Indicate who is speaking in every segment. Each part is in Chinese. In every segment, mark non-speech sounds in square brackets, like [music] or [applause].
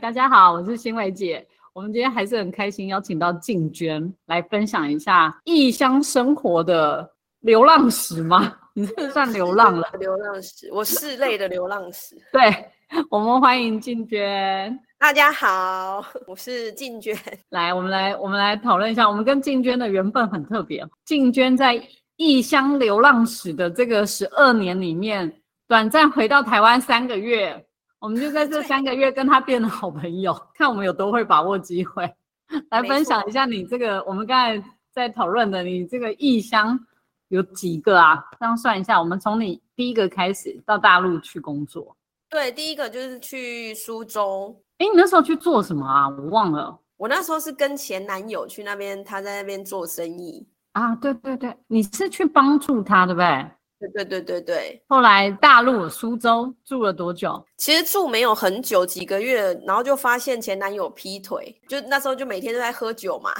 Speaker 1: 大家好，我是欣伟姐。我们今天还是很开心，邀请到静娟来分享一下异乡生活的流浪史吗？ [laughs] 你这算流浪了？
Speaker 2: 流浪史，我室内的流浪史。
Speaker 1: 对，我们欢迎静娟。
Speaker 2: 大家好， [laughs] 我是静娟。
Speaker 1: 来，我们来，我们来讨论一下，我们跟静娟的缘分很特别。静娟在异乡流浪史的这个十二年里面，短暂回到台湾三个月，我们就在这三个月跟她变了好朋友，看我们有多会把握机会。来
Speaker 2: 没
Speaker 1: 分享
Speaker 2: 错
Speaker 1: 一下你这个，我们刚才在讨论的，你这个异乡有几个啊？这样算一下，我们从你第一个开始到大陆去工作，
Speaker 2: 对，第一个就是去苏州，
Speaker 1: 诶，你那时候去做什么啊？我忘了。
Speaker 2: 我那时候是跟前男友去那边，他在那边做生意。
Speaker 1: 啊，对对对，你是去帮助他，对不对？
Speaker 2: 对对对对对，
Speaker 1: 后来大陆苏州住了多久？
Speaker 2: 其实住没有很久，几个月，然后就发现前男友劈腿，就那时候就每天都在喝酒嘛，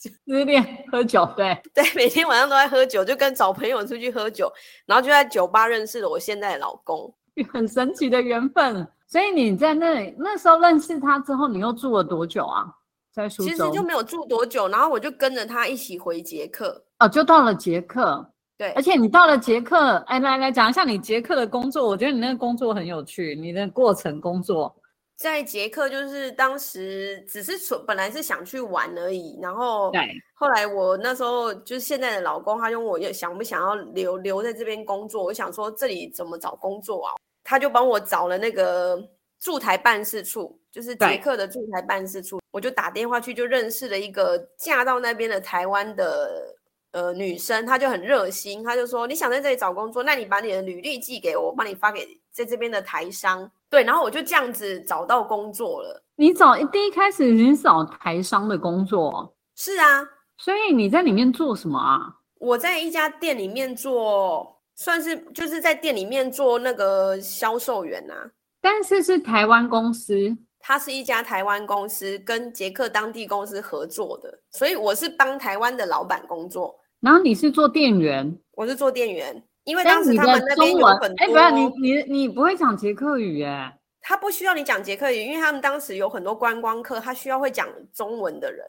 Speaker 1: 失恋喝酒，对，
Speaker 2: [laughs] 对，每天晚上都在喝酒，就跟找朋友出去喝酒，然后就在酒吧认识了我现在的老公。
Speaker 1: 很神奇的缘分。所以你在那里那时候认识他之后，你又住了多久啊？在苏
Speaker 2: 其实
Speaker 1: 州
Speaker 2: 就没有住多久，然后我就跟着他一起回捷克。
Speaker 1: 哦，就到了捷克，
Speaker 2: 对，
Speaker 1: 而且你到了捷克，哎，来来讲一下你捷克的工作，我觉得你那个工作很有趣，你的过程工作，
Speaker 2: 在捷克就是当时只是纯本来是想去玩而已，然后
Speaker 1: 对，
Speaker 2: 后来我那时候就是现在的老公，他就问我也想不想要留留在这边工作，我想说这里怎么找工作啊？他就帮我找了那个驻台办事处，就是
Speaker 1: 对
Speaker 2: 捷克的驻台办事处，我就打电话去，就认识了一个嫁到那边的台湾的。呃，女生她就很热心，她就说你想在这里找工作，那你把你的履历寄给我，我帮你发给在这边的台商。对，然后我就这样子找到工作了。
Speaker 1: 你找第一开始你找台商的工作，
Speaker 2: 是啊，
Speaker 1: 所以你在里面做什么啊？
Speaker 2: 我在一家店里面做，算是就是在店里面做那个销售员啊。
Speaker 1: 但是是台湾公司，
Speaker 2: 它是一家台湾公司跟捷克当地公司合作的，所以我是帮台湾的老板工作，
Speaker 1: 然后你是做店员，
Speaker 2: 我是做店员。因为
Speaker 1: 但
Speaker 2: 当
Speaker 1: 是
Speaker 2: 时
Speaker 1: 你
Speaker 2: 他
Speaker 1: 的
Speaker 2: 们那边
Speaker 1: 中
Speaker 2: 有
Speaker 1: 文
Speaker 2: 很，
Speaker 1: 哎，不要你
Speaker 2: 多，
Speaker 1: 你你不会讲捷克语哎，
Speaker 2: 他不需要你讲捷克语，因为他们当时有很多观光客，他需要会讲中文的人。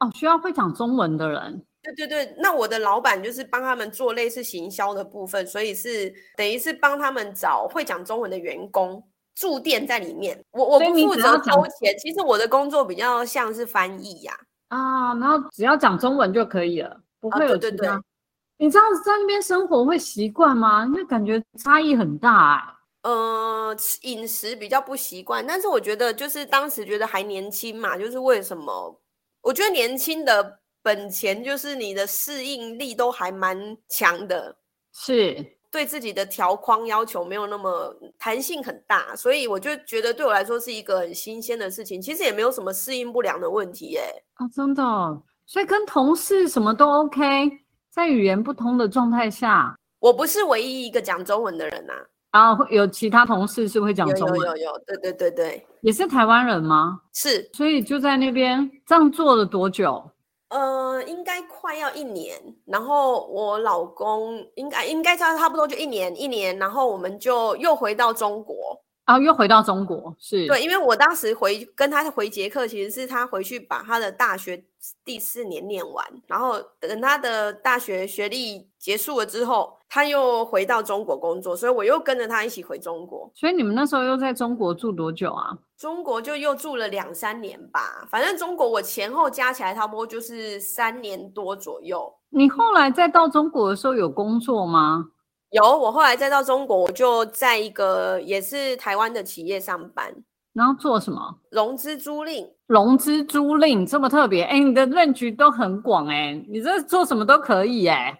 Speaker 1: 哦，需要会讲中文的人，
Speaker 2: 对对对，那我的老板就是帮他们做类似行销的部分，所以是等于是帮他们找会讲中文的员工驻店在里面。我我
Speaker 1: 所以
Speaker 2: 不
Speaker 1: 你
Speaker 2: 负
Speaker 1: 只
Speaker 2: 责
Speaker 1: 要讲
Speaker 2: 收钱，其实我的工作比较像是翻译呀、
Speaker 1: 啊，然后只要讲中文就可以了，不
Speaker 2: 啊
Speaker 1: 会有
Speaker 2: 对对
Speaker 1: 其
Speaker 2: 对
Speaker 1: 他。你这样子在那边生活会习惯吗？那感觉差异很大哎。
Speaker 2: 呃，吃饮食比较不习惯，但是我觉得就是当时觉得还年轻嘛，就是为什么？我觉得年轻的本钱就是你的适应力都还蛮强的，
Speaker 1: 是，
Speaker 2: 对自己的条框要求没有那么弹性很大，所以我就觉得对我来说是一个很新鲜的事情。其实也没有什么适应不良的问题耶、
Speaker 1: 哦，真的哦，所以跟同事什么都 OK，在语言不通的状态下，
Speaker 2: 我不是唯一一个讲中文的人呐、
Speaker 1: 然后有其他同事是会讲
Speaker 2: 有
Speaker 1: 中
Speaker 2: 有
Speaker 1: 文，
Speaker 2: 有有，对对对对，
Speaker 1: 也是台湾人吗？
Speaker 2: 是，
Speaker 1: 所以就在那边这样做了多久？
Speaker 2: 呃，应该快要一年，然后我老公应该应该差差不多就一年一年，然后我们就又回到中国，
Speaker 1: 然后啊又回到中国，是
Speaker 2: 对，因为我当时回跟他回捷克，其实是他回去把他的大学第四年念完，然后等他的大学学历结束了之后，他又回到中国工作，所以我又跟着他一起回中国。
Speaker 1: 所以你们那时候又在中国住多久啊？
Speaker 2: 中国就又住了两三年吧，反正中国我前后加起来差不多就是三年多左右。
Speaker 1: 你后来再到中国的时候有工作吗？
Speaker 2: 有，我后来再到中国，我就在一个也是台湾的企业上班，
Speaker 1: 然后做什么？
Speaker 2: 融资租赁。
Speaker 1: 融资租赁这么特别，哎，你的认局都很广哎，你这做什么都可以
Speaker 2: [laughs]
Speaker 1: 哎。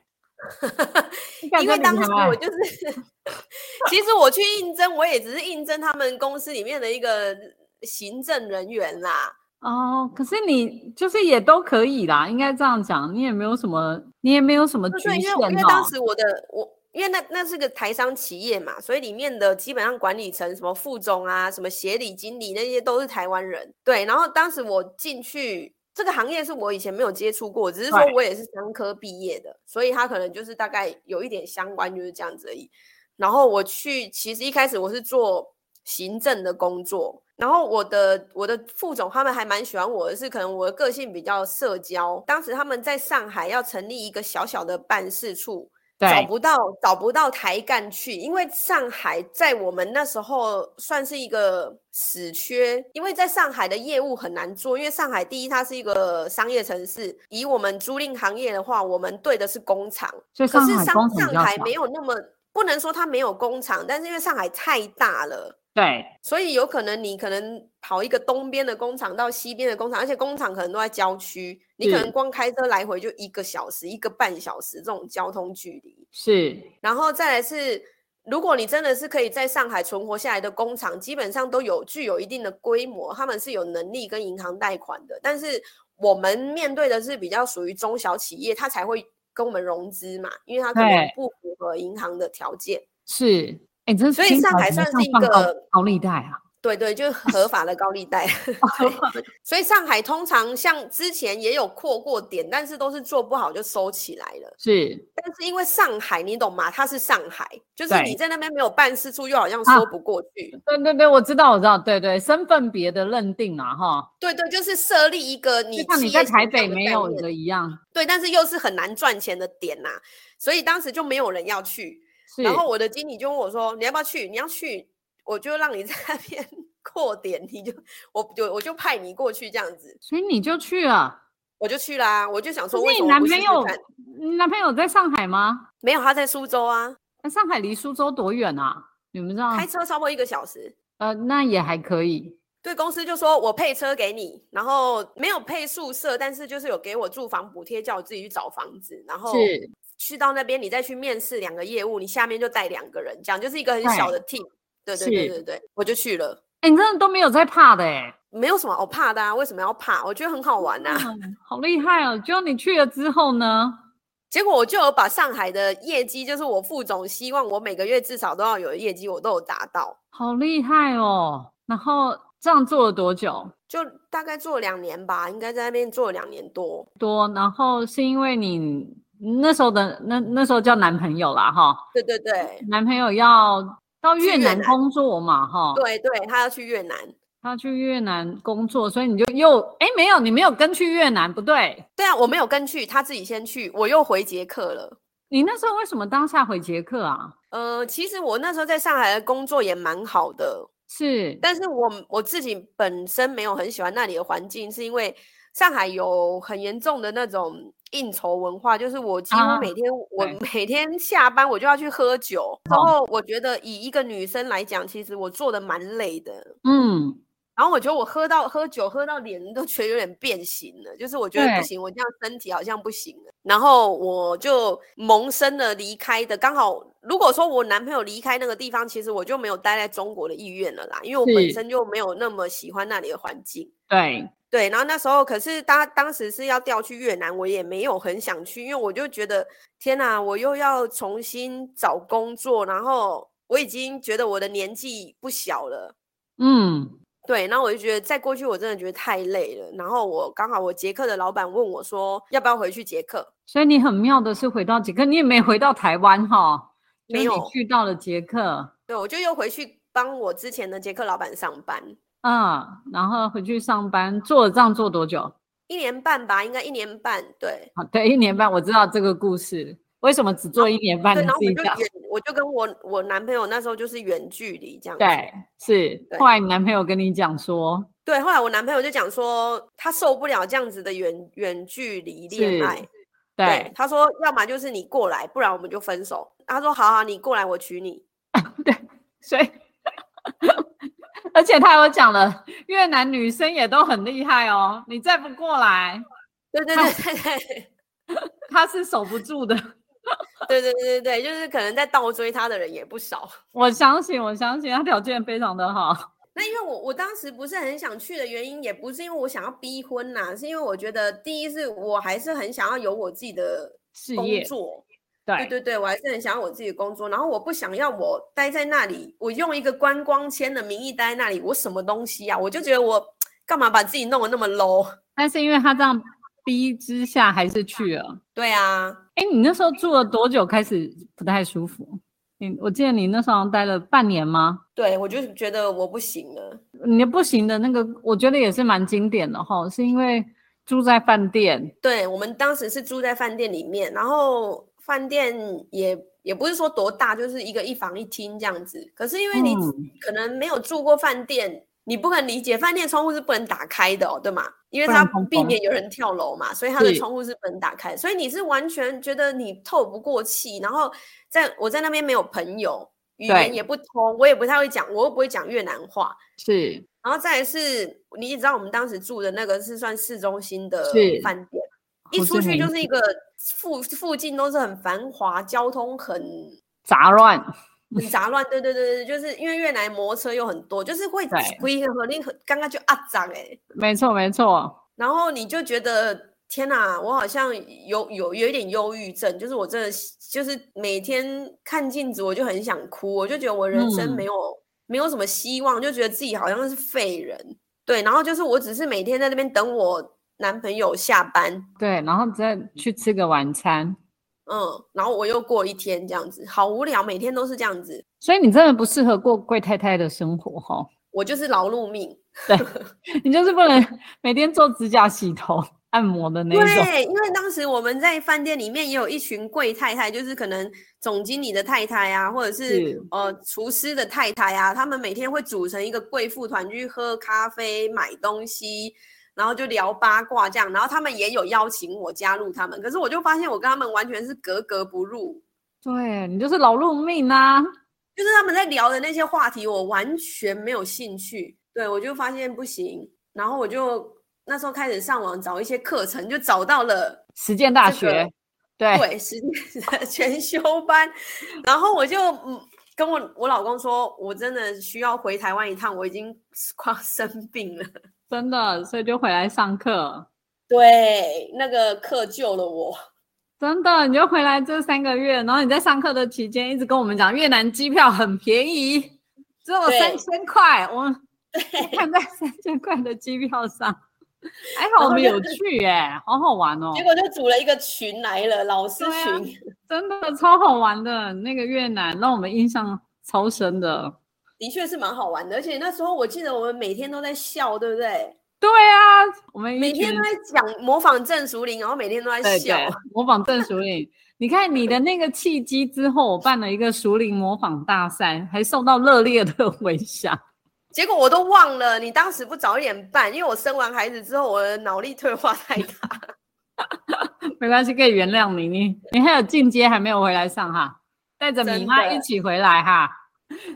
Speaker 1: 你感
Speaker 2: 因
Speaker 1: 觉
Speaker 2: 为
Speaker 1: 你
Speaker 2: 当
Speaker 1: 还
Speaker 2: 时
Speaker 1: 蛮
Speaker 2: 我就是， [laughs] 其实我去应征，我也只是应征他们公司里面的一个行政人员啦。
Speaker 1: 哦，可是你就是也都可以啦，应该这样讲，你也没有什么，你也没有什么
Speaker 2: 对
Speaker 1: 局
Speaker 2: 对，因
Speaker 1: 限
Speaker 2: 为因为当
Speaker 1: 哦。
Speaker 2: 时我的我，因为那那是个台商企业嘛，所以里面的基本上管理层什么副总啊、什么协理、经理那些都是台湾人。对，然后当时我进去。这个行业是我以前没有接触过，只是说
Speaker 1: 对
Speaker 2: 我也是商科毕业的，所以他可能就是大概有一点相关，就是这样子而已。然后我去，其实一开始我是做行政的工作。然后我的我的副总他们还蛮喜欢我的是，可能我的个性比较社交。当时他们在上海要成立一个小小的办事处，找
Speaker 1: 对，
Speaker 2: 不到找不到台干去，因为上海在我们那时候算是一个死缺，因为在上海的业务很难做，因为上海第一它是一个商业城市，以我们租赁行业的话，我们对的是工厂，
Speaker 1: 所以
Speaker 2: 可
Speaker 1: 上
Speaker 2: 是
Speaker 1: 海
Speaker 2: 上
Speaker 1: 工程比
Speaker 2: 上
Speaker 1: 较
Speaker 2: 海
Speaker 1: 少，
Speaker 2: 没有那么不能说它没有工厂，但是因为上海太大了。
Speaker 1: 对，
Speaker 2: 所以有可能你可能跑一个东边的工厂到西边的工厂，而且工厂可能都在郊区，你可
Speaker 1: 是
Speaker 2: 能光开车来回就一个小时、一个半小时这种交通距离。
Speaker 1: 是，
Speaker 2: 然后再来是，如果你真的是可以在上海存活下来的工厂，基本上都有具有一定的规模，他们是有能力跟银行贷款的。但是我们面对的是比较属于中小企业，它才会跟我们融资嘛，因为它可能
Speaker 1: 对
Speaker 2: 不符合银行的条件。
Speaker 1: 是，哎，真是
Speaker 2: 所以
Speaker 1: 听起
Speaker 2: 上
Speaker 1: 来
Speaker 2: 海
Speaker 1: 怎么
Speaker 2: 算
Speaker 1: 像
Speaker 2: 是一
Speaker 1: 放高
Speaker 2: 个
Speaker 1: 高利贷啊，
Speaker 2: 对对，就是合法的高利
Speaker 1: [laughs]
Speaker 2: 贷。对所以上海通常像之前也有扩过点，但是都是做不好就收起来了。
Speaker 1: 是
Speaker 2: 但是因为上海，你懂吗？它是上海，就是你
Speaker 1: 对
Speaker 2: 在那边没有办事处，又好像
Speaker 1: 啊
Speaker 2: 说不过去。
Speaker 1: 对对对，我知道我知道，对对，身份别的认定啊哈，
Speaker 2: 对对，就是设立一个
Speaker 1: 就
Speaker 2: 你
Speaker 1: 像
Speaker 2: 企
Speaker 1: 你
Speaker 2: 业
Speaker 1: 在台
Speaker 2: 形象
Speaker 1: 北
Speaker 2: 的
Speaker 1: 没
Speaker 2: 概
Speaker 1: 有
Speaker 2: 念，
Speaker 1: 的一样，
Speaker 2: 对，但是又是很难赚钱的点呐、所以当时就没有人要去。
Speaker 1: 是
Speaker 2: 然后我的经理就问我说：“你要不要去？你要去，我就让你在那边 [laughs] 扩点，你就我就我就派你过去这样子。
Speaker 1: 所以你就去了。”
Speaker 2: 我就去啦、我就想
Speaker 1: 可
Speaker 2: 说，
Speaker 1: 是
Speaker 2: 为
Speaker 1: 你
Speaker 2: 什么
Speaker 1: 男
Speaker 2: 不试
Speaker 1: 朋
Speaker 2: 试
Speaker 1: 友
Speaker 2: 看？，
Speaker 1: 你男朋友在上海吗？
Speaker 2: 没有，他在苏州啊，
Speaker 1: 那上海离苏州多远啊？你们知道？
Speaker 2: 开车超过一个小时。
Speaker 1: 呃，那也还可以。
Speaker 2: 对公司就说我配车给你，然后没有配宿舍，但是就是有给我住房补贴，叫我自己去找房子，然后
Speaker 1: 是，
Speaker 2: 去到那边你再去面试两个业务，你下面就带两个人，这样就是一个很小的 team。对对
Speaker 1: 是
Speaker 2: 对对对，我就去了，
Speaker 1: 哎、你真的都没有在怕的哎、
Speaker 2: 没有什么我怕的啊，为什么要怕？我觉得很好玩啊。
Speaker 1: 嗯，好厉害哦！就你去了之后呢？
Speaker 2: 结果我就有把上海的业绩，就是我副总希望我每个月至少都要有的业绩，我都有达到，
Speaker 1: 好厉害哦！然后这样做了多久？
Speaker 2: 就大概做两年吧，应该在那边做两年多。
Speaker 1: 多，然后是因为你那时候的那那时候叫男朋友啦哈，
Speaker 2: 对
Speaker 1: [laughs]
Speaker 2: 对对
Speaker 1: 男朋友要到
Speaker 2: 去
Speaker 1: 越
Speaker 2: 越
Speaker 1: 南
Speaker 2: 南
Speaker 1: 工作嘛哈，
Speaker 2: 对对，他要去越南。
Speaker 1: 他去越南工作，所以你就又哎没有，你没有跟去越南，不对，
Speaker 2: 对啊，我没有跟去，他自己先去，我又回捷克了。
Speaker 1: 你那时候为什么当下回捷克啊？
Speaker 2: 呃，其实我那时候在上海的工作也蛮好的，
Speaker 1: 是
Speaker 2: 但是我我自己本身没有很喜欢那里的环境，是因为上海有很严重的那种应酬文化，就是我几乎
Speaker 1: 啊
Speaker 2: 每天、我
Speaker 1: 对
Speaker 2: 每天下班我就要去喝酒，然
Speaker 1: 哦
Speaker 2: 后我觉得以一个女生来讲，其实我做的蛮累的。
Speaker 1: 嗯，
Speaker 2: 然后我觉得我喝到喝酒喝到脸都觉得有点变形了，就是我觉得不
Speaker 1: 对
Speaker 2: 行，我这样身体好像不行了。然后我就萌生了离开的，刚好如果说我男朋友离开那个地方，其实我就没有待在中国的意愿了啦，因为我本
Speaker 1: 是
Speaker 2: 身就没有那么喜欢那里的环境。
Speaker 1: 对，
Speaker 2: 对，然后那时候可是当当时是要调去越南，我也没有很想去，因为我就觉得天哪，我又要重新找工作，然后我已经觉得我的年纪不小了。
Speaker 1: 嗯，
Speaker 2: 对，然后我就觉得在过去我真的觉得太累了。然后我刚好我捷克的老板问我说要不要回去捷克，
Speaker 1: 所以你很妙的是回到捷克，你也没回到台湾哈，就
Speaker 2: 没
Speaker 1: 是
Speaker 2: 有
Speaker 1: 你去到了捷克，
Speaker 2: 对我就又回去帮我之前的捷克老板上班，
Speaker 1: 嗯，然后回去上班，做了这样做多久？
Speaker 2: 一年半吧，应该一年半。对
Speaker 1: 啊，对，一年半，我知道这个故事。为什么只做一年半？
Speaker 2: 哦对，
Speaker 1: 你
Speaker 2: 然后
Speaker 1: 自
Speaker 2: 我
Speaker 1: 己
Speaker 2: 就
Speaker 1: 讲。
Speaker 2: 远，我就跟我我男朋友那时候就是远距离这样子。
Speaker 1: 对，是。
Speaker 2: 对
Speaker 1: 后来你男朋友跟你讲说，
Speaker 2: 对，后来我男朋友就讲说他受不了这样子的远远距离恋
Speaker 1: 是
Speaker 2: 爱，对
Speaker 1: 对，
Speaker 2: 他说要么就是你过来，不然我们就分手。他说好好，你过来我娶你。
Speaker 1: 所以， [laughs] 而且他有讲了，越南女生也都很厉害哦，你再不过来，
Speaker 2: 对对
Speaker 1: 那
Speaker 2: 对对对。
Speaker 1: 她是守不住的。 [laughs]
Speaker 2: 对对对对，对，就是可能在倒追他的人也不少。
Speaker 1: 我相信，我相信她条件非常的好。
Speaker 2: 那因为我我当时不是很想去的原因，也不是因为我想要逼婚呐、是因为我觉得第一是我还是很想要有我自己的
Speaker 1: 事
Speaker 2: 工
Speaker 1: 业，
Speaker 2: 作，对
Speaker 1: 对，
Speaker 2: 对对，我还是很想要我自己的工作，然后我不想要我待在那里，我用一个观光签的名义待在那里，我什么东西啊？我就觉得我干嘛把自己弄得那么 low？
Speaker 1: 但是因为她这样逼之下，还是去了。
Speaker 2: 对啊，
Speaker 1: 哎，你那时候住了多久开始不太舒服？你我记得你那时候好像待了半年吗？
Speaker 2: 对我就觉得我不行了。
Speaker 1: 你的不行的那个，我觉得也是蛮经典的哈，是因为住在饭店，
Speaker 2: 对我们当时是住在饭店里面，然后饭店也也不是说多大，就是一个一房一厅这样子。可是因为你
Speaker 1: 嗯
Speaker 2: 可能没有住过饭店，你不能理解饭店窗户是不能打开的哦，对吗？因为
Speaker 1: 不然
Speaker 2: 它
Speaker 1: 通
Speaker 2: 避
Speaker 1: 风
Speaker 2: 免有人跳楼嘛，所以它的
Speaker 1: 是
Speaker 2: 窗户是不能打开，所以你是完全觉得你透不过气。然后在我在那边没有朋友，语言
Speaker 1: 对
Speaker 2: 也不通，我也不太会讲，我又不会讲越南话。
Speaker 1: 是
Speaker 2: 然后再来是，你也知道我们当时住的那个是算市中心的
Speaker 1: 是哦
Speaker 2: 饭店，一
Speaker 1: 胡
Speaker 2: 出
Speaker 1: 志
Speaker 2: 去
Speaker 1: 明
Speaker 2: 就是
Speaker 1: 市
Speaker 2: 一个附附近都是很繁华，交通
Speaker 1: [laughs]
Speaker 2: 很
Speaker 1: 杂乱，
Speaker 2: 很杂乱，对对对对，就是因为越南摩托车又很多，就是会
Speaker 1: 对
Speaker 2: 规个和你很刚刚就啊脏哎、
Speaker 1: 没错没错，
Speaker 2: 然后你就觉得天哪，我好像有有有一点忧郁症，就是我真的是就是每天看镜子我就很想哭，我就觉得我人生没有、没有什么希望，就觉得自己好像是废人。对，然后就是我只是每天在那边等我男朋友下班，
Speaker 1: 对，然后再去吃个晚餐，
Speaker 2: 嗯，然后我又过一天这样子，好无聊，每天都是这样子，
Speaker 1: 所以你真的不适合过贵太太的生活哈，
Speaker 2: 我就是劳碌命。
Speaker 1: 你就是不能 [laughs] 每天做指甲、洗头、按摩的那一种，
Speaker 2: 对，因为当时我们在饭店里面也有一群贵太太，就是可能总经理的太太啊，或者是
Speaker 1: 是
Speaker 2: 呃厨师的太太啊，他们每天会组成一个贵妇团去喝咖啡、买东西，然后就聊八卦这样。然后他们也有邀请我加入他们，可是我就发现我跟他们完全是格格不入，
Speaker 1: 对你就是劳碌命啊，
Speaker 2: 就是他们在聊的那些话题，我完全没有兴趣。对我就发现不行，然后我就那时候开始上网找一些课程，就找到了。
Speaker 1: 实践大
Speaker 2: 这个
Speaker 1: 学，对，
Speaker 2: 对，实践全修班。然后我就嗯跟我我老公说，我真的需要回台湾一趟，我已经快要生病了。 [laughs]
Speaker 1: 真的，所以就回来上课。
Speaker 2: 对，那个课救了我。
Speaker 1: 真的，你就回来这三个月，然后你在上课的期间一直跟我们讲越南机票很便宜，只有
Speaker 2: 对
Speaker 1: 三千块，我们看在三千块的机票上， [laughs] 还好
Speaker 2: 然
Speaker 1: 我
Speaker 2: 后
Speaker 1: 们
Speaker 2: 就
Speaker 1: 有去耶、好好玩哦，
Speaker 2: 结果就组了一个群来了，老师
Speaker 1: 对啊
Speaker 2: 群。
Speaker 1: 真的超好玩的。那个越南让我们印象超深的。
Speaker 2: 的确是蛮好玩的，而且那时候我记得我们每天都在笑，对不对？
Speaker 1: 对啊，我们
Speaker 2: 每
Speaker 1: 一
Speaker 2: 天
Speaker 1: 群
Speaker 2: 都在讲模仿郑淑玲，然后每天都在
Speaker 1: 对
Speaker 2: 笑。
Speaker 1: 对，模仿郑淑玲。你看你的那个契机之后，我办了一个熟龄模仿大赛，还受到热烈的 [laughs] 回响。
Speaker 2: 结果我都忘了，你当时不早一点办，因为我生完孩子之后，我的脑力退化太大。
Speaker 1: 没关系，可以原谅你。你你还有进阶还没有回来上哈，带着米
Speaker 2: 真
Speaker 1: 妈
Speaker 2: 的
Speaker 1: 一起回来哈。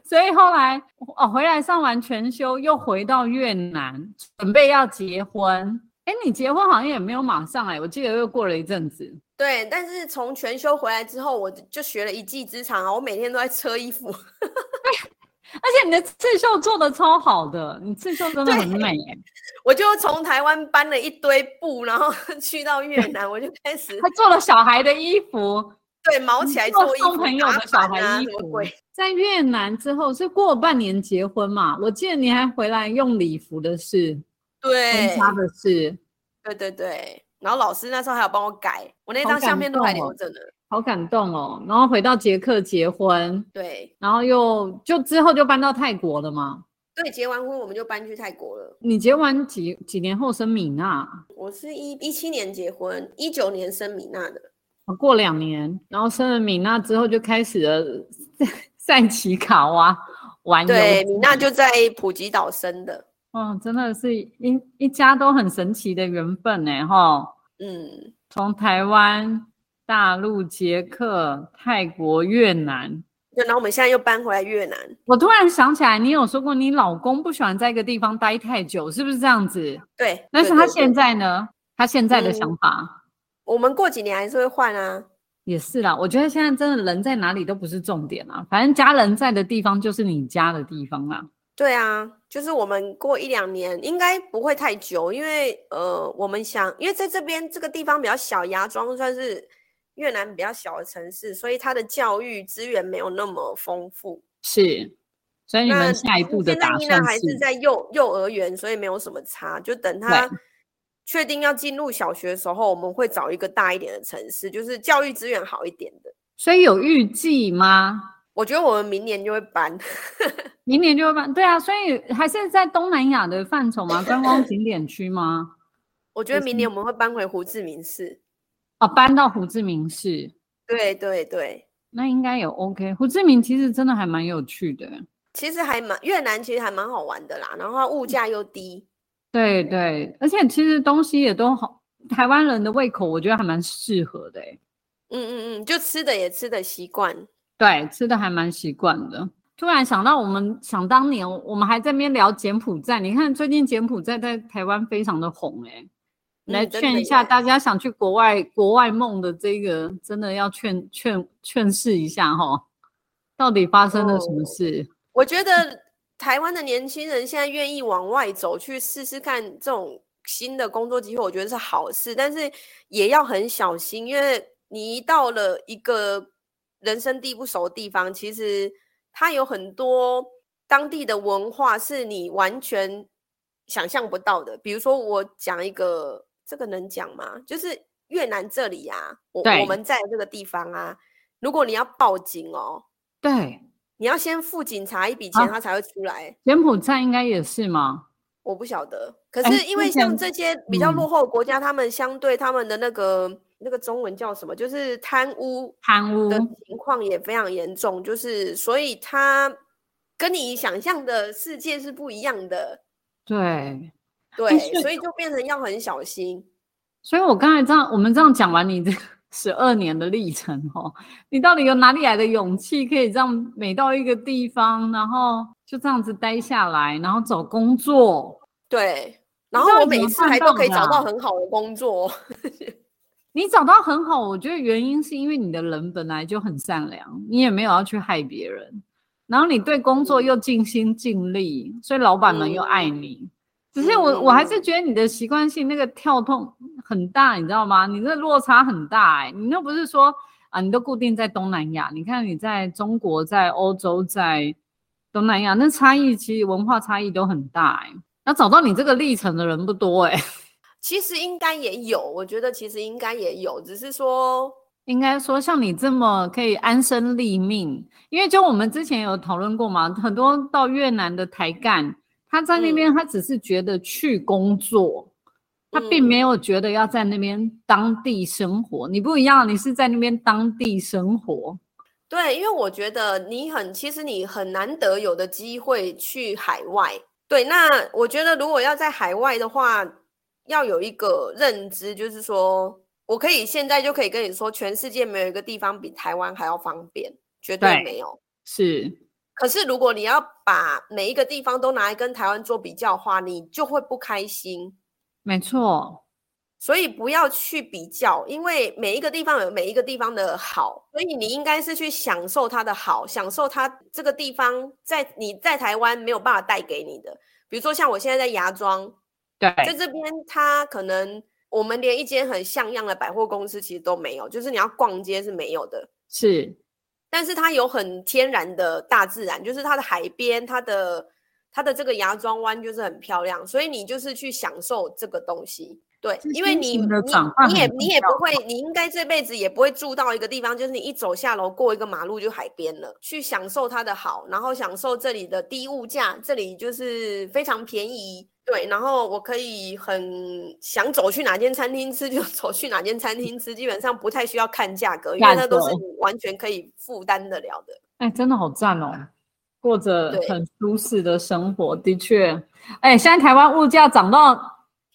Speaker 1: 所以后来哦，回来上完全休，又回到越南，准备要结婚。哎，你结婚好像也没有马上哎、我记得又过了一阵子。
Speaker 2: 对，但是从全修回来之后，我就学了一技之长啊，我每天都在车衣服。 [laughs]
Speaker 1: 而且你的刺绣做的超好的，你刺绣真的很美、欸，
Speaker 2: 我就从台湾搬了一堆布，然后 [laughs] 去到越南，我就开始
Speaker 1: 还做了小孩的衣服，
Speaker 2: 对毛起来
Speaker 1: 做
Speaker 2: 做衣
Speaker 1: 送
Speaker 2: 服，
Speaker 1: 朋友
Speaker 2: 打
Speaker 1: 的小
Speaker 2: 板
Speaker 1: 孩
Speaker 2: 啊
Speaker 1: 衣
Speaker 2: 什么
Speaker 1: 服
Speaker 2: 鬼
Speaker 1: 在越南之后是过半年结婚嘛？我记得你还回来用礼服的事，婚
Speaker 2: 对
Speaker 1: 纱的事。
Speaker 2: 对对对。然后老师那时候还有帮我改，我那
Speaker 1: 好
Speaker 2: 张相
Speaker 1: 感
Speaker 2: 片都还
Speaker 1: 动哦
Speaker 2: 留着呢。
Speaker 1: 好感动哦！然后回到捷克结婚，
Speaker 2: 对
Speaker 1: 然后又就之后就搬到泰国了嘛。
Speaker 2: 对，结完婚我们就搬去泰国了。
Speaker 1: 你结完几几年后生米娜，
Speaker 2: 我是一一七年结婚，一九年生米娜的。
Speaker 1: 哦过两年，然后生了米娜之后就开始了 [laughs] 赛奇卡哇玩游戏。
Speaker 2: 对，米娜就在普吉岛生的。
Speaker 1: 哦，真的是一一家都很神奇的缘分呢，哈！
Speaker 2: 嗯，
Speaker 1: 从台湾、大陆、捷克、泰国、越南。
Speaker 2: 对，然后我们现在又搬回来越南。
Speaker 1: 我突然想起来，你有说过你老公不喜欢在一个地方待太久，是不是这样子？
Speaker 2: 对，
Speaker 1: 但
Speaker 2: 对
Speaker 1: 是他
Speaker 2: 对
Speaker 1: 现
Speaker 2: 对
Speaker 1: 在呢？他现在的
Speaker 2: 嗯
Speaker 1: 想法、
Speaker 2: 我们过几年还是会换啊。
Speaker 1: 也是啦。我觉得现在真的人在哪里都不是重点啦，反正家人在的地方就是你家的地方啦。
Speaker 2: 对啊，就是我们过一两年应该不会太久，因为呃，我们想，因为在这边这个地方比较小，芽庄算是越南比较小的城市，所以它的教育资源没有那么丰富。
Speaker 1: 是，所以你
Speaker 2: 那
Speaker 1: 们下一步的
Speaker 2: 现在
Speaker 1: 打
Speaker 2: 伊娜
Speaker 1: 算
Speaker 2: 还
Speaker 1: 是
Speaker 2: 是在幼幼儿园，所以没有什么差。就等她确定要进入小学的时候，我们会找一个大一点的城市，就是教育资源好一点的。
Speaker 1: 所以有预计吗？
Speaker 2: 我觉得我们明年就会搬。 [laughs]
Speaker 1: 明年就会办。对啊，所以还是在东南亚的范畴吗？观光景点区吗？
Speaker 2: 我觉得明年我们会搬回胡志明市。
Speaker 1: 哦，搬到胡志明市，
Speaker 2: 对对对，
Speaker 1: 那应该有 OK。胡志明其实真的还蛮有趣的。
Speaker 2: 其实还蛮越南，其实还蛮好玩的啦。然后它物价又低，
Speaker 1: 对对，而且其实东西也都好，台湾人的胃口我觉得还蛮适合的、欸。
Speaker 2: 嗯嗯嗯，就吃的也吃的习惯。
Speaker 1: 对，吃的还蛮习惯的。突然想到，我们想当年，我们还在那边聊柬埔寨。你看，最近柬埔寨在台湾非常的红、欸，哎，来
Speaker 2: 嗯真的
Speaker 1: 劝一下
Speaker 2: 耶
Speaker 1: 大家想去国外国外梦的这个，真的要劝劝劝示一下哈，到底发生了什么
Speaker 2: 哦
Speaker 1: 事？
Speaker 2: 我觉得台湾的年轻人现在愿意往外走，去试试看这种新的工作机会，我觉得是好事，但是也要很小心，因为你一到了一个人生地不熟的地方，其实它有很多当地的文化是你完全想象不到的。比如说，我讲一个，这个能讲吗？就是越南这里啊，我
Speaker 1: 对
Speaker 2: 我们在的这个地方啊，如果你要报警哦，
Speaker 1: 对，
Speaker 2: 你要先付警察一笔
Speaker 1: 啊
Speaker 2: 钱，他才会出来。
Speaker 1: 柬埔寨应该也是吗？
Speaker 2: 我不晓得，可
Speaker 1: 哎
Speaker 2: 是因为
Speaker 1: 之
Speaker 2: 像
Speaker 1: 前
Speaker 2: 这些比较落
Speaker 1: 嗯
Speaker 2: 后的国家，他们相对他们的那个那个中文叫什么，就是贪污
Speaker 1: 贪污
Speaker 2: 的情况也非常严重，就是所以他跟你想象的世界是不一样的，
Speaker 1: 对，
Speaker 2: 对，
Speaker 1: 哎是
Speaker 2: 所以就变成要很小心。
Speaker 1: 所以我刚才这样，我们这样讲完你这 [laughs] 十二年的历程哦，你到底有哪里来的勇气，可以这样每到一个地方，然后就这样子待下来，然后找工作？
Speaker 2: 对，然
Speaker 1: 到
Speaker 2: 后我
Speaker 1: 底怎
Speaker 2: 每
Speaker 1: 么
Speaker 2: 次
Speaker 1: 办
Speaker 2: 还
Speaker 1: 到
Speaker 2: 都可以
Speaker 1: 的
Speaker 2: 找
Speaker 1: 啊
Speaker 2: 到很好的工作， [laughs]
Speaker 1: 你找到很好，我觉得原因是因为你的人本来就很善良，你也没有要去害别人，然后你对工作又尽心尽力，所以老板们又爱
Speaker 2: 嗯
Speaker 1: 你。只是我我还是
Speaker 2: 嗯
Speaker 1: 觉得你的习惯性那个跳动很大，你知道吗？你这落差很大、欸，你又不是说啊，你都固定在东南亚，你看你在中国、在欧洲、在东南亚，那差异其实文化差异都很大、欸，那找到你这个历程的人不多、欸，
Speaker 2: 其实应该也有，我觉得其实应该也有，只是说
Speaker 1: 应该说，像你这么可以安身立命，因为就我们之前有讨论过嘛，很多到越南的台干，他在那
Speaker 2: 嗯
Speaker 1: 边他只是觉得去工作，他并
Speaker 2: 嗯
Speaker 1: 没有觉得要在那边当地生活。你不一样，你是在那边当地生活，
Speaker 2: 对，因为我觉得你很，其实你很难得有的机会去海外。对，那我觉得如果要在海外的话，要有一个认知，就是说我可以现在就可以跟你说，全世界没有一个地方比台湾还要方便，绝对
Speaker 1: 对
Speaker 2: 没有。
Speaker 1: 是
Speaker 2: 可是如果你要把每一个地方都拿来跟台湾做比较的话，你就会不开心。
Speaker 1: 没错，
Speaker 2: 所以不要去比较，因为每一个地方有每一个地方的好，所以你应该是去享受它的好，享受它这个地方在你在台湾没有办法带给你的。比如说像我现在在芽庄，
Speaker 1: 对
Speaker 2: 在这边它可能我们连一间很像样的百货公司其实都没有，就是你要逛街是没有的。
Speaker 1: 是，
Speaker 2: 但是它有很天然的大自然，就是它的海边，它的它的这个芽庄湾就是很漂亮，所以你就是去享受这个东西。对
Speaker 1: 这，
Speaker 2: 因为
Speaker 1: 心
Speaker 2: 你
Speaker 1: 情
Speaker 2: 你
Speaker 1: 的转换
Speaker 2: 你也
Speaker 1: 很
Speaker 2: 你
Speaker 1: 重
Speaker 2: 也不
Speaker 1: 要
Speaker 2: 会，你应该这辈子也不会住到一个地方，就是你一走下楼过一个马路就海边了，去享受它的好，然后享受这里的低物价，这里就是非常便宜。对，然后我可以很想走去哪间餐厅吃就 [laughs] 走去哪间餐厅吃，基本上不太需要看价格，因
Speaker 1: 价
Speaker 2: 为那都是
Speaker 1: 格
Speaker 2: 你完全可以负担得了的。
Speaker 1: 哎，真的好赞哦，过着
Speaker 2: 对
Speaker 1: 很舒适的生活，的确，哎，现在台湾物价涨到，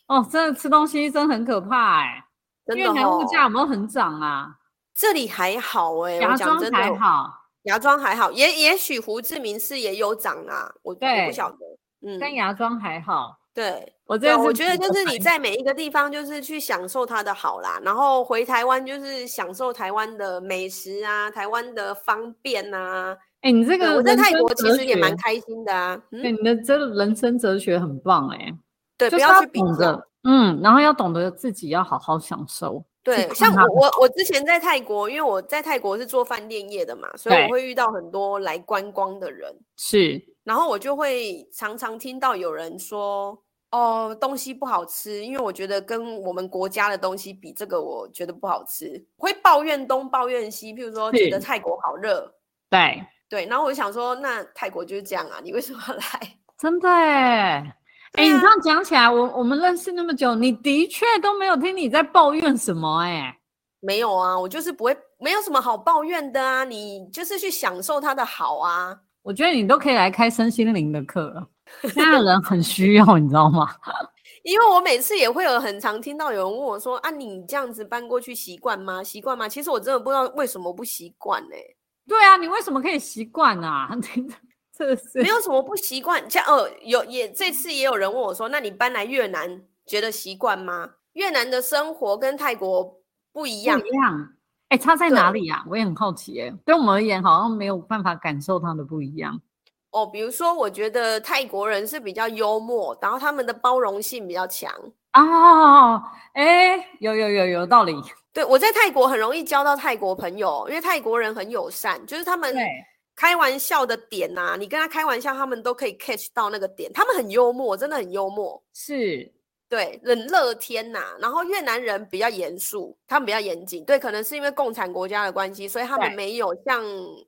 Speaker 1: 哦，真的吃东西真的很可怕哎。
Speaker 2: 真
Speaker 1: 越
Speaker 2: 的
Speaker 1: 南物
Speaker 2: 吼
Speaker 1: 价有没有很涨啊？
Speaker 2: 这里还好哎、
Speaker 1: 芽
Speaker 2: 我讲
Speaker 1: 庄
Speaker 2: 真
Speaker 1: 还
Speaker 2: 的，
Speaker 1: 好，
Speaker 2: 芽庄还好，也也许胡志明市也有涨啊，我我
Speaker 1: 对
Speaker 2: 不晓得，
Speaker 1: 跟
Speaker 2: 嗯，
Speaker 1: 芽庄还好。
Speaker 2: 对，
Speaker 1: 我
Speaker 2: 对
Speaker 1: 这
Speaker 2: 啊，
Speaker 1: 次
Speaker 2: 我觉得
Speaker 1: 只有
Speaker 2: 就是
Speaker 1: 买
Speaker 2: 你在每一个地方就是去享受它的好啦，然后回台湾就是享受台湾的美食啊，台湾的方便啊，
Speaker 1: 哎，你这
Speaker 2: 对
Speaker 1: 个
Speaker 2: 我在
Speaker 1: 人
Speaker 2: 泰
Speaker 1: 生
Speaker 2: 国其
Speaker 1: 哲
Speaker 2: 实也蛮
Speaker 1: 学
Speaker 2: 开心的啊，
Speaker 1: 对
Speaker 2: 嗯，
Speaker 1: 你的这个人生哲学很棒哎，
Speaker 2: 对，
Speaker 1: 就
Speaker 2: 不
Speaker 1: 是要
Speaker 2: 去比
Speaker 1: 懂
Speaker 2: 较。
Speaker 1: 得，嗯，然后要懂得自己要好好享受。
Speaker 2: 对，
Speaker 1: 看
Speaker 2: 像
Speaker 1: 它
Speaker 2: 我
Speaker 1: 的
Speaker 2: 我我之前在泰国，因为我在泰国是做饭店业的嘛，所以
Speaker 1: 对
Speaker 2: 我会遇到很多来观光的人，
Speaker 1: 是，
Speaker 2: 然后我就会常常听到有人说：“哦，东西不好吃，因为我觉得跟我们国家的东西比，这个我觉得不好吃。”会抱怨东抱怨西，譬如说觉得
Speaker 1: 是
Speaker 2: 泰国好热，
Speaker 1: 对，
Speaker 2: 对，然后我就想说，那泰国就是这样啊，你为什么要 [laughs] 来？
Speaker 1: 真的哎。哎、
Speaker 2: 对
Speaker 1: 你
Speaker 2: 啊
Speaker 1: 这样讲起来，我我们认识那么久，你的确都没有听你在抱怨什么哎、
Speaker 2: 没有啊，我就是不会，没有什么好抱怨的啊，你就是去享受它的好啊。
Speaker 1: 我觉得你都可以来开身心灵的课了，现在的人很需要，你知道吗？
Speaker 2: 因为我每次也会有很常听到有人问我说：“啊，你这样子搬过去习惯吗？习惯吗？”其实我真的不知道为什么不习惯欸呢、
Speaker 1: 对啊，你为什么可以习惯啊？ [laughs] 这是
Speaker 2: 没有什么不习惯。像哦，有也这次也有人问我说：“那你搬来越南觉得习惯吗？”越南的生活跟泰国不一
Speaker 1: 一
Speaker 2: 样
Speaker 1: 一，样。哎、差在哪
Speaker 2: 对
Speaker 1: 里啊？我也很好奇哎、对我们而言好像没有办法感受它的不一样。
Speaker 2: 哦，比如说，我觉得泰国人是比较幽默，然后他们的包容性比较强。
Speaker 1: 哦，哎、有有有有道理，
Speaker 2: 对我在泰国很容易交到泰国朋友，因为泰国人很友善，就是他们
Speaker 1: 对，
Speaker 2: 开玩笑的点呐、你跟他开玩笑，他们都可以 catch 到那个点。他们很幽默，真的很幽默，
Speaker 1: 是，
Speaker 2: 对，很乐天呐、然后越南人比较严肃，他们比较严谨，对，可能是因为共产国家的关系，所以他们
Speaker 1: 对
Speaker 2: 没有像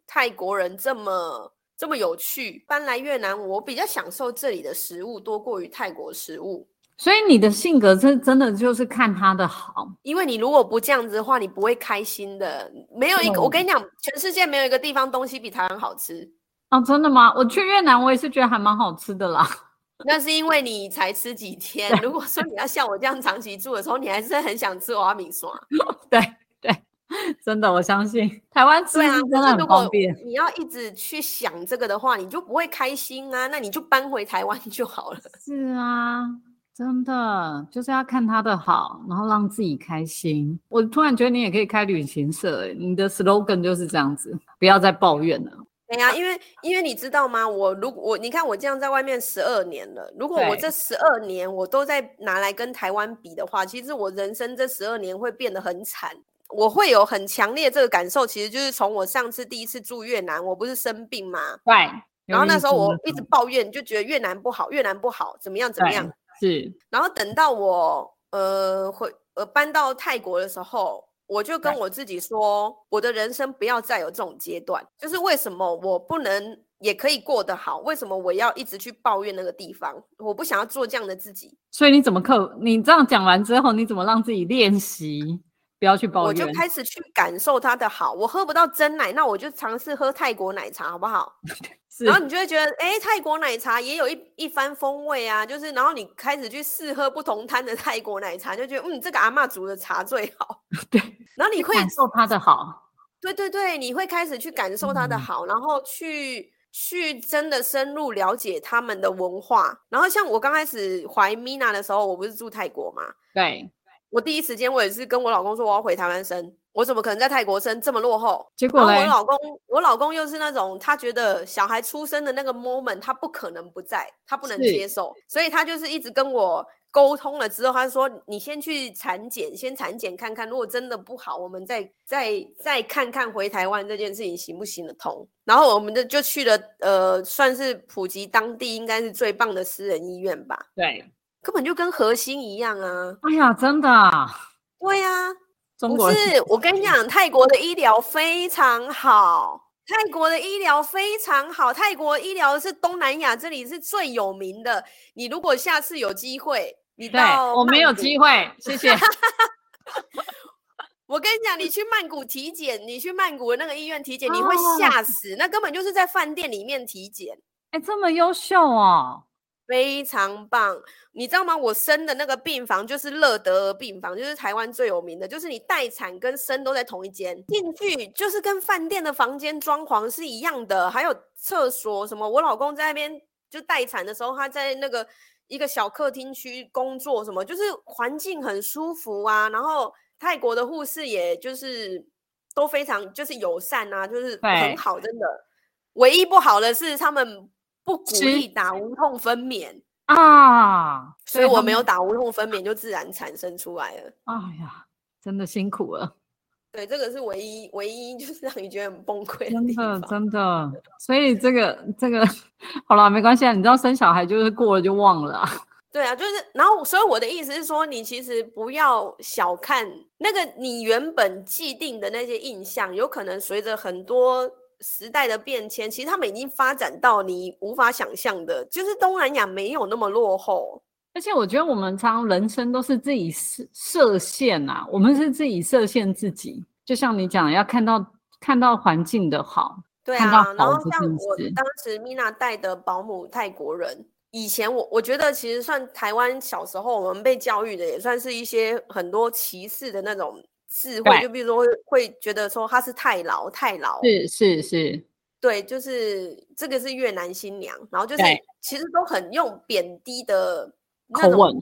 Speaker 2: 泰国人这么。这么有趣，搬来越南，我比较享受这里的食物多过于泰国食物。
Speaker 1: 所以你的性格真真的就是看他的好，
Speaker 2: 因为你如果不这样子的话，你不会开心的。没有一个，我跟你讲，全世界没有一个地方东西比台湾好吃。
Speaker 1: 哦，真的吗？我去越南，我也是觉得还蛮好吃的啦。 [laughs]
Speaker 2: 那是因为你才吃几天。如果说你要像我这样长期住的时候，你还是很想吃瓦米刷。
Speaker 1: 对对，真的，我相信台湾吃
Speaker 2: 对啊，
Speaker 1: 是真的
Speaker 2: 可是
Speaker 1: 很
Speaker 2: 如
Speaker 1: 方
Speaker 2: 果
Speaker 1: 便。
Speaker 2: 你要一直去想这个的话，你就不会开心啊。那你就搬回台湾就好了。 [laughs]
Speaker 1: 是啊，真的就是要看他的好，然后让自己开心。我突然觉得你也可以开旅行社欸，你的 slogan 就是这样子，不要再抱怨了。
Speaker 2: 对呀、因为因为你知道吗？我如果我你看我这样在外面十二年了，如果我
Speaker 1: 对
Speaker 2: 这十二年我都在拿来跟台湾比的话，其实我人生这十二年会变得很惨。我会有很强烈这个感受，其实就是从我上次第一次住越南，我不是生病吗？
Speaker 1: 对，
Speaker 2: 然后那时候我一
Speaker 1: 直
Speaker 2: 直抱怨，就觉得越南不好，越南不好，怎么样怎么
Speaker 1: 对
Speaker 2: 样。
Speaker 1: 是
Speaker 2: 然后等到我呃回呃搬到泰国的时候，我就跟
Speaker 1: 对
Speaker 2: 我自己说，我的人生不要再有这种阶段。就是为什么我不能也可以过得好？为什么我要一直去抱怨那个地方？我不想要做这样的自己，
Speaker 1: 所以你怎么克？你这样讲完之后，你怎么让自己练习不要去抱
Speaker 2: 我就
Speaker 1: 怨？
Speaker 2: 开始去感受它的好。我喝不到真奶，那我就尝试喝泰国奶茶，好不好？
Speaker 1: 是
Speaker 2: 然后你就会觉得，哎，泰国奶茶也有一一番风味啊。就是，然后你开始去试喝不同摊的泰国奶茶，就觉得，嗯，这个阿嬷煮的茶最好。
Speaker 1: [laughs] 对，
Speaker 2: 然后你会
Speaker 1: 感受他的好，
Speaker 2: 对对对，你会开始去感受它的
Speaker 1: 嗯
Speaker 2: 好，然后去去真的深入了解他们的文化。然后像我刚开始怀 Mina 的时候，我不是住泰国嘛，
Speaker 1: 对。
Speaker 2: 我第一时间我也是跟我老公说我要回台湾生，我怎么可能在泰国生这么落后？
Speaker 1: 结
Speaker 2: 然
Speaker 1: 果
Speaker 2: 后我
Speaker 1: 嘞，
Speaker 2: 老公，我老公又是那种他觉得小孩出生的那个 moment 他不可能不在，他不能
Speaker 1: 是
Speaker 2: 接受，所以他就是一直跟我沟通了之后，他说你先去产检，先产检看看，如果真的不好，我们再再再看看回台湾这件事情行不行得通。然后我们就就去了，呃，算是普及当地应该是最棒的私人医院吧，
Speaker 1: 对，
Speaker 2: 根本就跟核心一样啊，
Speaker 1: 哎呀，真的啊，
Speaker 2: 对啊呀、
Speaker 1: 中
Speaker 2: 不
Speaker 1: 国人
Speaker 2: 是，我跟你讲，泰国的医疗非常好，泰国的医疗非常好，泰国医疗是东南亚这里是最有名的。你如果下次有机会，你
Speaker 1: 对
Speaker 2: 到
Speaker 1: 我没有
Speaker 2: 曼谷
Speaker 1: 机会，谢
Speaker 2: [laughs]
Speaker 1: 谢。
Speaker 2: 我跟你讲，你去曼谷体检，你去曼谷的那个医院体检，你会
Speaker 1: 哦
Speaker 2: 吓死，那根本就是在饭店里面体检。
Speaker 1: 哎，这么优秀哦，
Speaker 2: 非常棒，你知道吗？我生的那个病房就是乐德儿病房，就是台湾最有名的，就是你待产跟生都在同一间，进去就是跟饭店的房间装潢是一样的，还有厕所什么。我老公在那边就待产的时候，他在那个一个小客厅区工作，什么就是环境很舒服啊。然后泰国的护士也就是都非常就是友善啊，就是
Speaker 1: 对
Speaker 2: 很好，真的。唯一不好的是他们不鼓
Speaker 1: 吃
Speaker 2: 励打无痛分娩，
Speaker 1: 啊，
Speaker 2: 所以
Speaker 1: 他
Speaker 2: 我没
Speaker 1: 们
Speaker 2: 有。打无痛分娩就自然产生出来了。
Speaker 1: 哎呀，真的辛苦了，
Speaker 2: 对，这个是唯一唯一就是 [laughs] 让你觉得很崩溃
Speaker 1: 真
Speaker 2: 的地
Speaker 1: 的
Speaker 2: 方。
Speaker 1: 真的。所以这个这个，好了，没关系啊。你知道生小孩就是过了就忘了啊、 [laughs]
Speaker 2: 对啊，就是，然后所以我的意思是说，你其实不要小看那个你原本既定的那些印象，有可能随着很多时代的变迁，其实他们已经发展到你无法想象的，就是东南亚没有那么落后。
Speaker 1: 而且我觉得我们常常人生都是自己设设限啊，我们是自己设限自己。就像你讲的，要看到看到环境的好，
Speaker 2: 对
Speaker 1: 看到
Speaker 2: 啊，然
Speaker 1: 好
Speaker 2: 后
Speaker 1: 这
Speaker 2: 像
Speaker 1: 件
Speaker 2: 我
Speaker 1: 事
Speaker 2: 当时米娜带的保姆泰国人，以前我我觉得其实算台湾小时候我们被教育的，也算是一些很多歧视的那种智慧，
Speaker 1: 对
Speaker 2: 就比如说会会觉得说她是太老太老，
Speaker 1: 是是是，
Speaker 2: 对，就是这个是越南新娘，然后就是
Speaker 1: 对
Speaker 2: 其实都很用贬低的那
Speaker 1: 口
Speaker 2: 种
Speaker 1: 吻，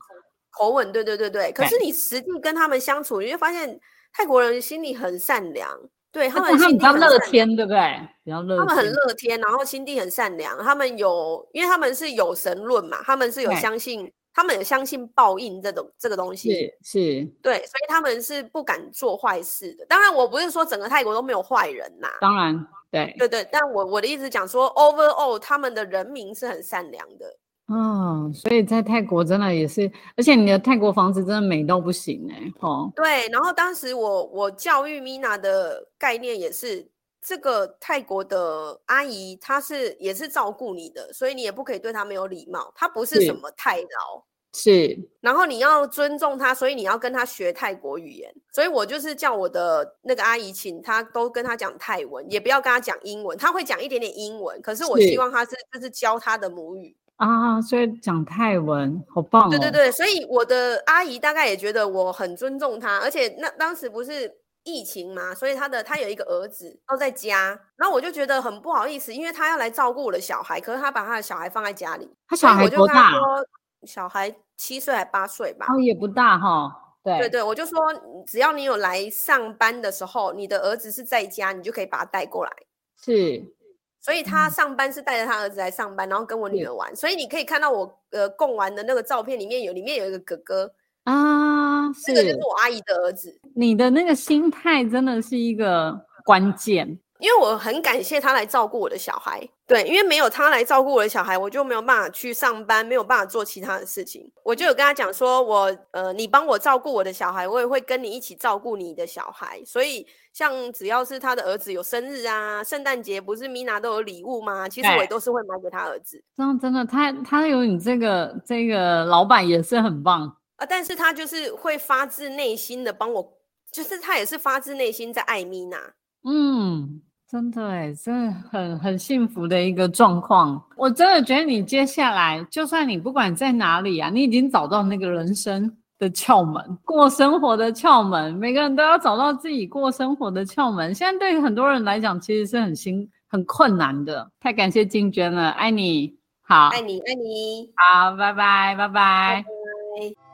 Speaker 2: 口吻，对对对对。可
Speaker 1: 对
Speaker 2: 是你实际跟他们相处，你就发现泰国人心里很善良，对他
Speaker 1: 但啊
Speaker 2: 们
Speaker 1: 是他
Speaker 2: 心
Speaker 1: 们
Speaker 2: 地
Speaker 1: 比较
Speaker 2: 很
Speaker 1: 乐
Speaker 2: 善良
Speaker 1: 天，对不对？比较乐
Speaker 2: 他
Speaker 1: 天，
Speaker 2: 们很乐天，然后心地很善良。他们有，因为他们是有神论嘛，他们是有
Speaker 1: 对
Speaker 2: 相信，他们有相信报应这种这个东西。
Speaker 1: 是是，
Speaker 2: 对，所以他们是不敢做坏事的。当然，我不是说整个泰国都没有坏人呐、
Speaker 1: 当然对，
Speaker 2: 对对，但我我的意思讲说，overall 他们的人民是很善良的。
Speaker 1: 嗯，所以在泰国真的也是，而且你的泰国房子真的美到不行哎、哦，
Speaker 2: 对，然后当时我我教育 Mina 的概念也是，这个泰国的阿姨她是也是照顾你的，所以你也不可以对她没有礼貌，她不是
Speaker 1: 是
Speaker 2: 什么太老。
Speaker 1: 是
Speaker 2: 然后你要尊重她，所以你要跟她学泰国语言。所以我就是叫我的那个阿姨，请她都跟她讲泰文，也不要跟她讲英文。她会讲一点点英文，可是我
Speaker 1: 是
Speaker 2: 希望她是就是教她的母语。
Speaker 1: 啊，所以讲泰文好棒哦，
Speaker 2: 对对对，所以我的阿姨大概也觉得我很尊重她，而且那当时不是疫情嘛，所以她的她有一个儿子都在家，然后我就觉得很不好意思，因为她要来照顾我的小孩，可是她把她的小孩放在家里，
Speaker 1: 他
Speaker 2: 所
Speaker 1: 小
Speaker 2: 以
Speaker 1: 孩
Speaker 2: 我就
Speaker 1: 多
Speaker 2: 跟她
Speaker 1: 大？啊
Speaker 2: 说，小孩七岁还八岁吧。
Speaker 1: 哦，也不大哈，对
Speaker 2: 对对，我就说，只要你有来上班的时候，你的儿子是在家，你就可以把他带过来。
Speaker 1: 是
Speaker 2: 所以他上班是带着他儿子来上班，然后跟我女
Speaker 1: 是
Speaker 2: 儿玩。所以你可以看到我呃共玩的那个照片里面有里面有一个哥哥，
Speaker 1: 啊，
Speaker 2: 这个就是是我阿姨的儿子。
Speaker 1: 你的那个心态真的是一个关键，
Speaker 2: 因为我很感谢他来照顾我的小孩，对，因为没有他来照顾我的小孩，我就没有办法去上班，没有办法做其他的事情。我就有跟他讲说，我呃，你帮我照顾我的小孩，我也会跟你一起照顾你的小孩。所以，像只要是他的儿子有生日啊，圣诞节不是米娜都有礼物吗？其实我也
Speaker 1: 对
Speaker 2: 都是会买给他儿子
Speaker 1: 这样真的，他他有你这个这个老板也是很棒，
Speaker 2: 啊，但是他就是会发自内心的帮我，就是他也是发自内心在爱米娜。
Speaker 1: 嗯，真的哎，真的很很幸福的一个状况。我真的觉得你接下来，就算你不管在哪里啊，你已经找到那个人生的窍门，过生活的窍门。每个人都要找到自己过生活的窍门。现在对于很多人来讲，其实是很辛很困难的。太感谢静娟了，爱你，好，
Speaker 2: 爱你，爱你。
Speaker 1: 好，拜拜，拜拜。
Speaker 2: 拜